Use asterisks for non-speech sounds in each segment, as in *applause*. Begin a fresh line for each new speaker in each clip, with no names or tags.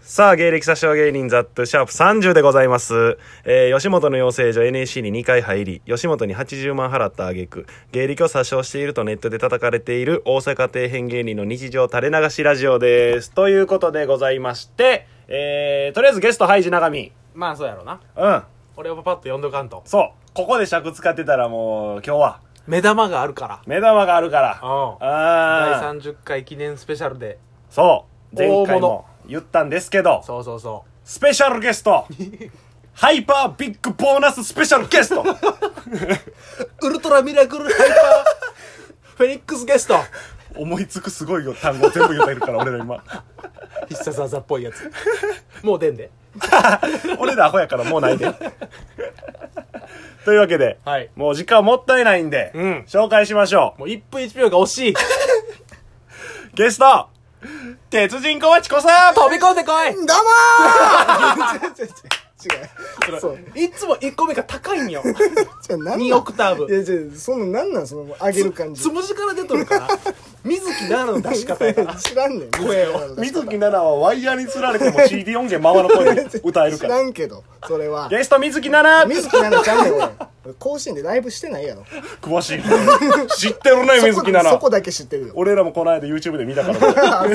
さあ、芸歴詐称芸人ザットシャープ30でございます。えー吉本の養成所 NAC に2回入り、吉本に80万払った挙句、芸歴を詐称しているとネットで叩かれている大阪底辺芸人の日常垂れ流しラジオです。ということでございまして、えー、とりあえずゲスト、ハイジ長見。
まあそうやろな
うん。
俺をパパッと呼んどかんと
そう。ここで尺使ってたらもう、今日は、
目玉があるから
目玉があるから。
うん第
ああ。
30回記念スペシャルで
そう。前
大
回
物
も言ったんですけど、
そうそうそ
スペシャルゲストハイパービッグボーナススペシャルゲスト
うウルトラミラクルハイパー *laughs* フェニックスゲスト
思いつくすごいよ単語全部言ってるから俺ら今
必殺技っぽいやつもう出んで
俺らアホやからもうないでというわけで、
はい
もう時間もったいないんで、
うん
紹介しましょ
もう1分1秒が惜しいう
ゲスト鉄人小町子さん
飛び込んでこい
どう
違うそういつも1個目が高いんよ
もー
2オクター
いや
ブ
じゃあそのなんなんその上げる感
*laughs*
じ
つむじから出とるから水木奈々の出し方やから
知らんねん
声を
水木奈々はワイヤーにつられても CD 音源回の声で歌える
知
からら
んけどそれは
ゲスト水木奈々
水木奈々ちゃんねん俺俺甲子園でライブしてないやろ
詳しい知ってるね水
そ
木
こ
奈
そ
々
こだけ知ってるよ
俺らもこの間 YouTube で見たから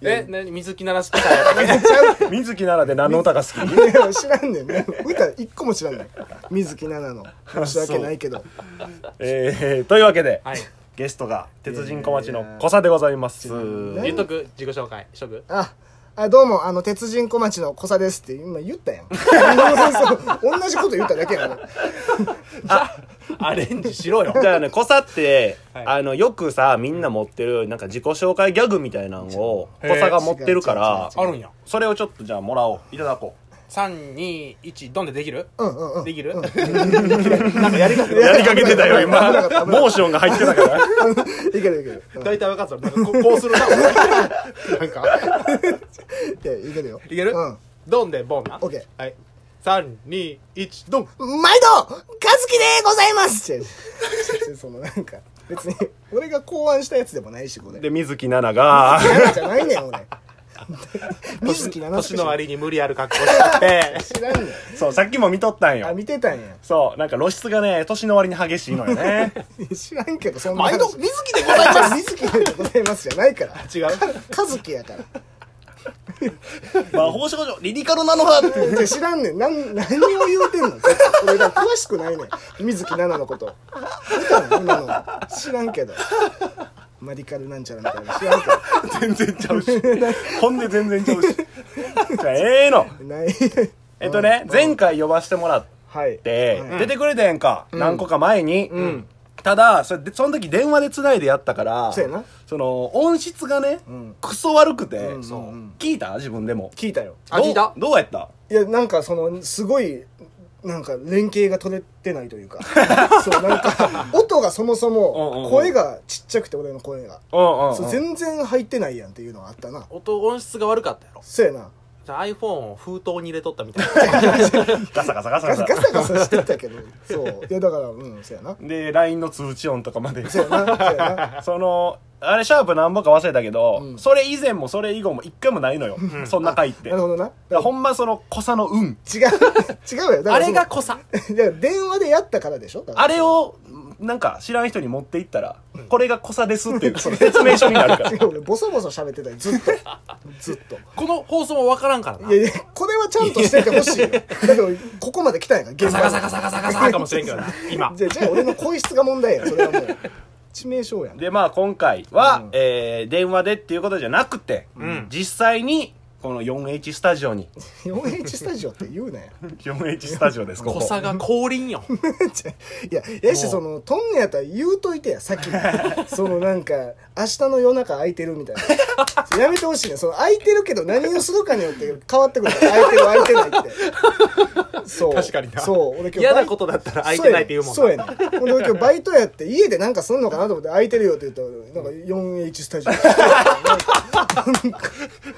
え何水木奈々スペシャルやっ
ちゃう
水木奈々で何の歌が好き
いや知らんねん歌一個も知らんねん水木奈々の申し訳ないけど
えー、というわけで、
たはい
ゲストが鉄人小町の小佐でございます。
言っとく自己紹介しとく
ああどうもあの鉄人小町の小佐ですって今言ったやん *laughs* そう同じこと言っただけやん
アレンジ
*laughs*
しろよ
じゃあね、小佐って、
はい
あの、よくさ、みんな持ってる、なんか自己紹介ギャグみたいなのを、
違
小
う
佐が持ってるから、
あるんや
それをちょっとじゃあもらおう。いただこ
321ドンでできる
うんうんうん
できるなんかやり方
う。やりかけてたよ、今。モーションが入ってたから。
いけるいける、うんい
大体分かったなんかここうするななんか
やいけるよ
いける
うん
ドンでボンな
オッケ
はい321ドン
毎度和樹でございます違う違う違うそのなんか別に俺が考案したやつでもないしこれ
で、水木奈々 *laughs* が、
じゃないね
*laughs*
ん俺水木奈々
年の割に無理ある格
*laughs*
好しちゃって
知らんねん
そう、さっきも見とったん
あ
よ。
見てたんや
そう、なんか露出がね、年の割に激しいのよ *laughs* ね。
知らんけどそんな
毎度水木でござい
じゃあ水木でございますじゃないから
違う
和樹やから
魔法少女、リリカルなのだって。
いや知らんねんなん何を言うてんの俺が詳しくないねん水木奈々のこと見たの今の知らんけどマリカルなんちゃらみたいな知らんけど
*laughs* 全然ちゃうし。ほんで全然ちゃうし。じゃあ、ええの。
ない
えっとね、前回呼ばしてもらっ
はい
て、
はい
出てくれたやんか、何個か前に。ただ、それで、その時電話で繋いでやったから、
そうやな
その、音質がね、
ん
クソ悪くて、
ん
そう
う
聞いた自分でも。
聞いたよ
あ聞いた
どうどうやった
いやなんかそのすごいなんか連携が取れてないという
*laughs*
かそうなんか音がそもそ
うんうんう
も
ん
声がちっちゃくて俺の声が
うん
そう全然入ってないやんっていうのがあったな
音音質が悪かったやろ
そうやな
じゃあ iPhone を封筒に入れとったみたいな
ガサガサガサ
ガ
ガ
サ
サ。
ガサガサしてたけどそういやだからうんそうやな
で、LINE の通知音とかまで。
そうやなそうやな
その、あれ、シャープ何本か忘れたけど、
ん
それ以前もそれ以後も一回もないのよ。そんな回って。
なるほどな
だからほんまその、濃さの運。
違う *laughs* 違う *laughs* よだ
あ
から
れ
その
が濃さ
いや電話でやったからでしょだから
あれを、なんか知らん人に持っていったら、これが濃さですって *laughs* いう、その説明書になる *laughs* から
違。う *laughs* 俺ボソボソ喋ってたよず
*laughs*
っとずっと
この放送も分からんからない
やいやこれはちゃんとしててほしいよだけどここまで来たんやから現
ガサ
場
ガ
に
サガサガサガサかもしれんけどな今
じゃあ、じゃあ俺の声質が問題やん。それはもう。致命傷やん。
で、まあ今回は、
うん
えー、電話でっていうことじゃなくて、
ん
実際に、この 4H スタジオ *laughs* に、
4H スタジオって言うなや。
4H スタジオです、こ
濃
こ。*laughs*
さが降臨よ
いや、やし、その、とんねやったら言うといてや、さ
*laughs*
っきも。そのなんか、明日の夜中空いてるみたいな。やめてほしいねん。その空いてるけど何をするかによって変わってくるから。空いてる空いてないって。そう
確かにな
そう俺今日
嫌
バイ
なことだったら空いてないって言うもんな
そうやねそうやね俺今日バイトやって家でなんかすんのかなと思って空いてるよって言ったらなんか 4H スタジオ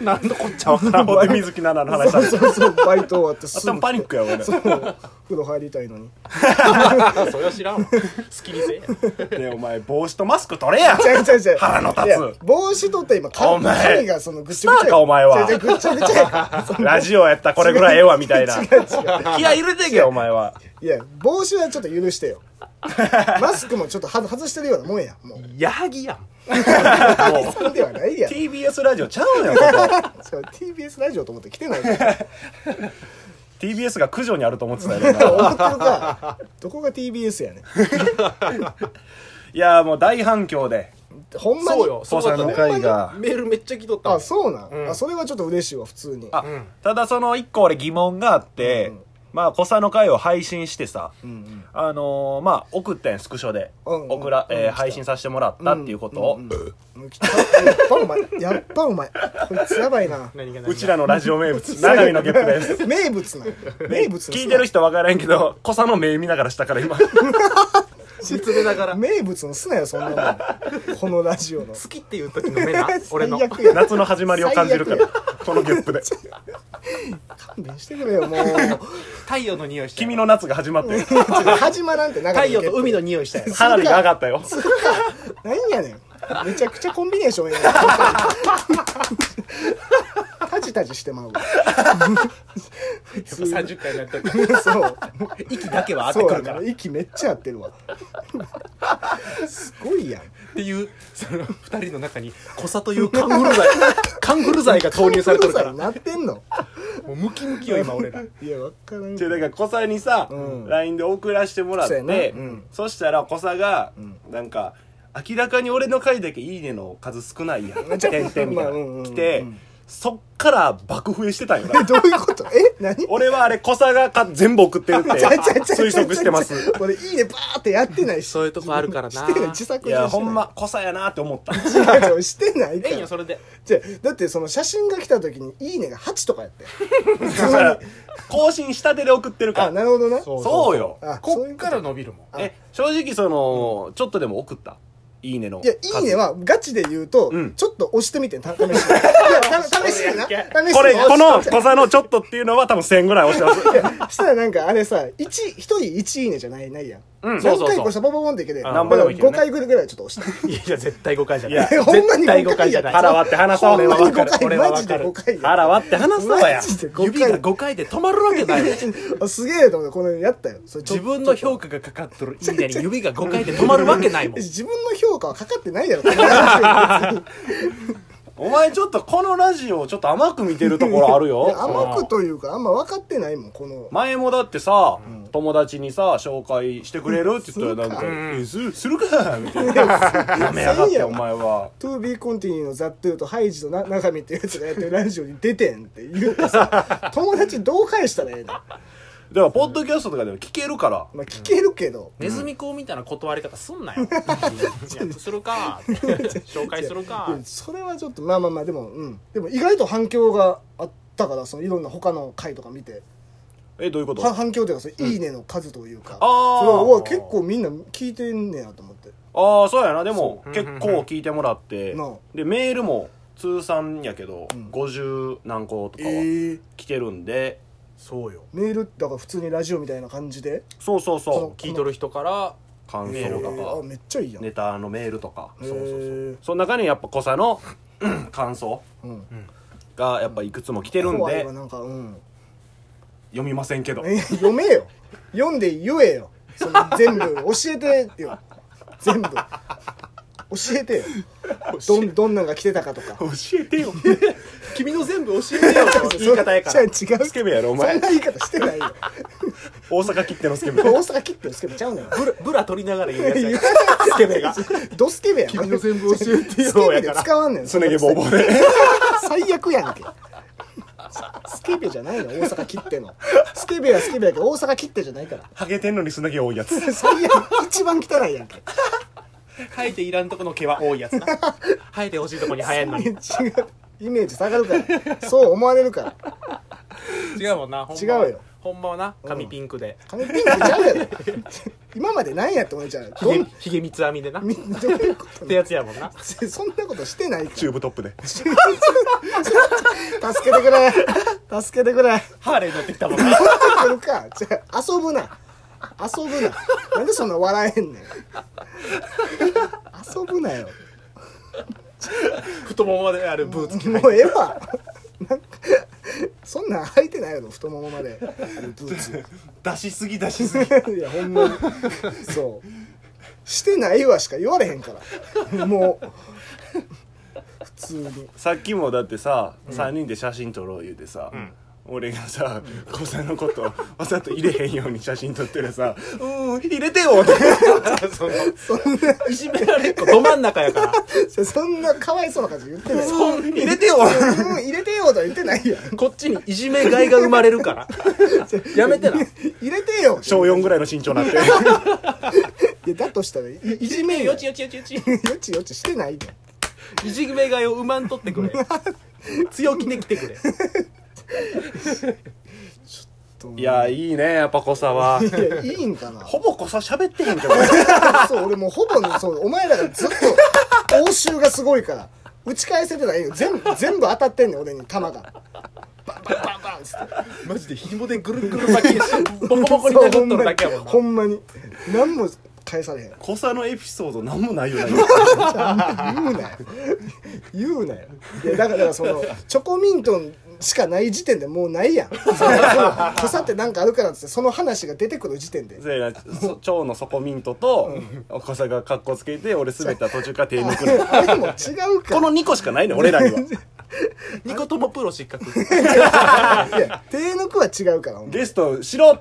なんのこっちゃわからんほんで水木奈々の話
そ
だ
うそうそうバイト終わってすぐ来て
頭パニックや俺
そう風呂入りたいのに
それは知らんわ好きにせえ
ねお前帽子とマスク取れや
違う違う違う
腹の立つ
いや帽子取って今髪
お前
髪がそのぐっちゃぐち
ス
ゃ
ターかお前は
違う違うぐっちゃぐちゃやからその
ラジオや *laughs* ったらこれぐらいええわみたいな *laughs*
違う違う
気合い入れてけよお前はい
や帽子はちょっと許してよマスクもちょっとは外してるようなもんや
*laughs*
もう
矢作やん
解散ではないやん
TBS ラジオちゃうやんここ
そう TBS ラジオと思って来てないから
TBS が九条にあると思ってたよな *laughs*
思ってるかどこが TBS やねん
いやもう大反響で
ほんまに
そうよそうだった
の
ね
会が
メールめっちゃ来とったもん
あそうなん、あそれはちょっと嬉しいわ普通に
あ、ただその一個俺疑問があって、まあ、小佐の会を配信してさ、
ん
あのーまあ、送ったんやスクショで、
うんうん
送ら、えー
うん来た
配信させてもらったっていうことを、う
もう来たやっぱお前やっぱお前こいつやばいな
何が何が
ちらのラジオ名物、長見のゲップです。
名物なん *laughs* 名物の
聞いてる人分からんけど、小佐の目見ながらしたから今、
見つめながら好
名物のすなよそんなもんこのラジオの *laughs*
きっていう時の目な俺の
最悪や
夏の始まりを感じるから、このゲップで。
勘弁してくれよもう
太陽の匂いしたよ
君の夏が始まってる。
始まらんって長
太 *laughs*
い
陽と海の匂いしたよ
花火が上がったよ。
何やねんめちゃくちゃコンビネーションやなタジタジしてまう
*laughs*
わ
30回になった
そう
*laughs* 息だけは合って
そう
く
や
るから
な
っ
息めっちゃ合ってるわすごいやん
ていうその2人の中に「コサ」というカンフル剤カンフル剤が投入されてるからも
なってんの
うムキムキよ今俺ら
いやわからん
違うだから小佐にさ、
ん
LINE で送らしてもらっ
そう
て
やなうん
そしたら小佐が、なんか明らかに俺の回だけ「いいね」の数少ないやん
*laughs* ちょ
点々みたいな
まあうんうんうん
来てそっから爆増えしてたんよな
え *laughs* どういうことえ何
俺はあれ小佐がか全部送ってるって
*laughs*
推測してます
これいいねバーってやってないし
そういうとこあるからな
してない自作
い
自演してない
やほんま小佐やなって思
*laughs*
った
違う違うしてないか
ええん
ら
やそれで
じゃあだってその写真が来た時に「いいね」が8とかやって
だから更新したてで送ってるか
あ
ら
なるほどな
そう
そうよ
あ
こっから伸びるもん
え正直そのちょっとでも送った「いいね」の
いや、いいねは、ガチで言うと、
ん
ちょっと押してみて、た試して。いや、た試してな。試してみ
これ
*laughs*
この小
押して
佐のちょっとっていうのは多分1000ぐらい押してます
みてしたらなんか、あれさ、一、一人一いいねじゃない、ないやん。
うん
そうそうそう
何回こしたらボボボンっていけて、
あ
だ
何倍でもいけるね
5回ぐらいちょっと押して。
いやいや絶対誤解じゃ
いや
ない絶対誤解じゃない
腹割って話そう
ほんまに
俺は分か
5
る
回、
俺は
マジ
分か
で
る
5回や。
腹割って話そうや
マジで5
指が
回
5回で止まるわけ
*laughs*
ないもん
あすげえと思って、このやったよ。それちょ
自分の評価がかかっとるいいねに指が5回で止まるわけないもん
自分の評価はかかってないだろ、この
*laughs*
話
お前ちょっとこのラジオをちょっと甘く見てるところある
い
よ
や甘くというか、あんま分かってないもん、この。
前もだってさ、友達にさ紹介してくれるって言ったらなん
す
か「
る
えするするか」みたいな「やめやがっ
せん
て
や
お前は
トゥービーコンティニーのザ・トゥーとハイジとな中身っていうやつがやってるラジオに出てんって言うて
*laughs*
さ友達どう返したらええの、まあ、」
だからポッドキャストとかでも聞けるから
聞けるけど、
ネズミ講みたいな断り方すんなよ。いやするか。紹介する
い
か
や。それはちょっとまあまあまあでもうんでも意外と反響があったからそのいろんな他の回とか見て
えどういうこと
は反響というかそのいいねの数というか、
あー
それはうわ結構みんな聞いてんねやと思って
ああそうやなでも
そう
結構聞いてもらって
なあ
でメールも通算やけど50何個とかは
え
来てるんで
そうよ。
メールだから普通にラジオみたいな感じで
そうそうそ
聞いとる人から、
う感
メー
想
ル
えーあ
とか
めっちゃいいやん、
ネタのメールとか
えー
そうそうそうその中にやっぱ小佐のうん感想
うん
がやっぱいくつも来てるん
怖い
で
わなんかうん
読みませんけど
え読めよ読んで言えよその全部教えてよ全部教えてよどんどんなんが来てたかとか
えて *laughs* よ
君の全部教えてよって言い方やか
そ
ら
う。 *laughs* 違う
スケベやろお前
そんな言い方してないよ
大阪切ってのスケ
こ
ベ
れ大阪切ってるスケベちゃうのよ
ブラブラ取りながら言うやつやから。
スケベ
が
ドスケベやん
君の全部教えて
スケ
よ
ベ
や
で
から。
使わんねん
すね毛ボーボーで
*laughs* 最悪やんけスケベじゃないの大阪切ってのスケベはスケベやけど大阪切ってじゃないから
ハゲてんのにすね毛多いやつ
最悪一番汚いやんけ
生えていらんとこの毛は多いや *laughs* つな。生えてほしいとこに生えんのに。違
違うイメージ下がるからそう思われるから
うもんな。ほんま
違うよ。
ほんまはな髪ピンクで、
髪ピンクちゃうやろ今まで何やってお姉ちゃん
ひ
ど
げ
ん
ひげ三つ編みでなっ
みどういうこと
てやつやもんな
そんなことしてないから
チューブトップで
助けてくれ助けてくれ来
*laughs* ハーレー乗ってきたもんな
るかじゃあ遊ぶな遊ぶななんでそんな笑えんねん遊ぶなよ
*laughs* 太ももまであるブーツ着
もうええわなんかそんなん履いてないやろ太ももまであのブーツ
出しすぎ出しすぎ
*laughs* いやほんまにそうしてないわしか言われへんからもう普通に
さっきもだってさ、3人で写真撮ろう言うてさ、俺がさ小さのことわざと入れへんように写真撮ってるさ「うーん入れてよ」って
*laughs* そのいじめられっ子ど真ん中やから
そそんなかわいそうな感じ言ってない
そん
入れてよ
うん入れてよとは言ってないやん
こっちにいじめがいが生まれるから *laughs* やめてな
入れてよ
小4ぐらいの身長なって
いやだとしたらい
い
い
じ
じ
め
め
よ
よ
ちよちよちよち
*laughs* よちよちしてないで
いじめがいをうまんとって *laughs* くれ強気で来てくれ
いやいいねやっぱ小さはい
やいいんかな *laughs*
ほぼ小さ喋ってへんけ *laughs* ど
そう俺もうほぼねそうお前らがずっと応酬がすごいから打ち返せてないよ全部全部当たってんねん俺に弾がバンバンバンバンっつって
マジで紐でぐるぐる巻きにしてボコボコに殴っとるだけやもんな
ほんまに何も返されへん
小さのエピソードなんもないよね
言うなよ言うなよいやだからだからそのチョコミントンしかない時点でもうないやんそのその濃さってなんかあるからっつってその話が出てくる時点
*laughs*
で
せやなそ蝶の底ミントと小さが格好つけて俺滑った途中から手抜く
*laughs*
の
あれも違うか
こ
ら
の2個しかないね俺らには
ニコともプロ失格
いや手抜くは違うからお前
ゲスト素人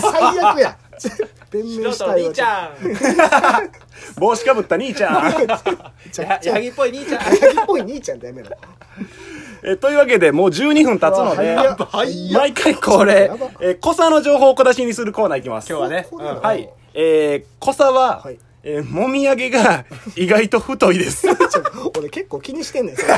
最悪や弁明し
素人
た
の
い
兄
わ
ちゃん
帽子かぶった兄ちゃん
ややぎっぽい兄ちゃん
ヤギっぽい兄ちゃんってやめろ
えというわけでもう12分経つので
うわ早っ
毎回これ
やば、
えー、小佐の情報を小出しにするコーナーいきます
今日はね
ここなの
うん
はいえー、小佐は、
はい
えーもみあげが意外と太いです
ちょ俺結構気にしてんねんそれ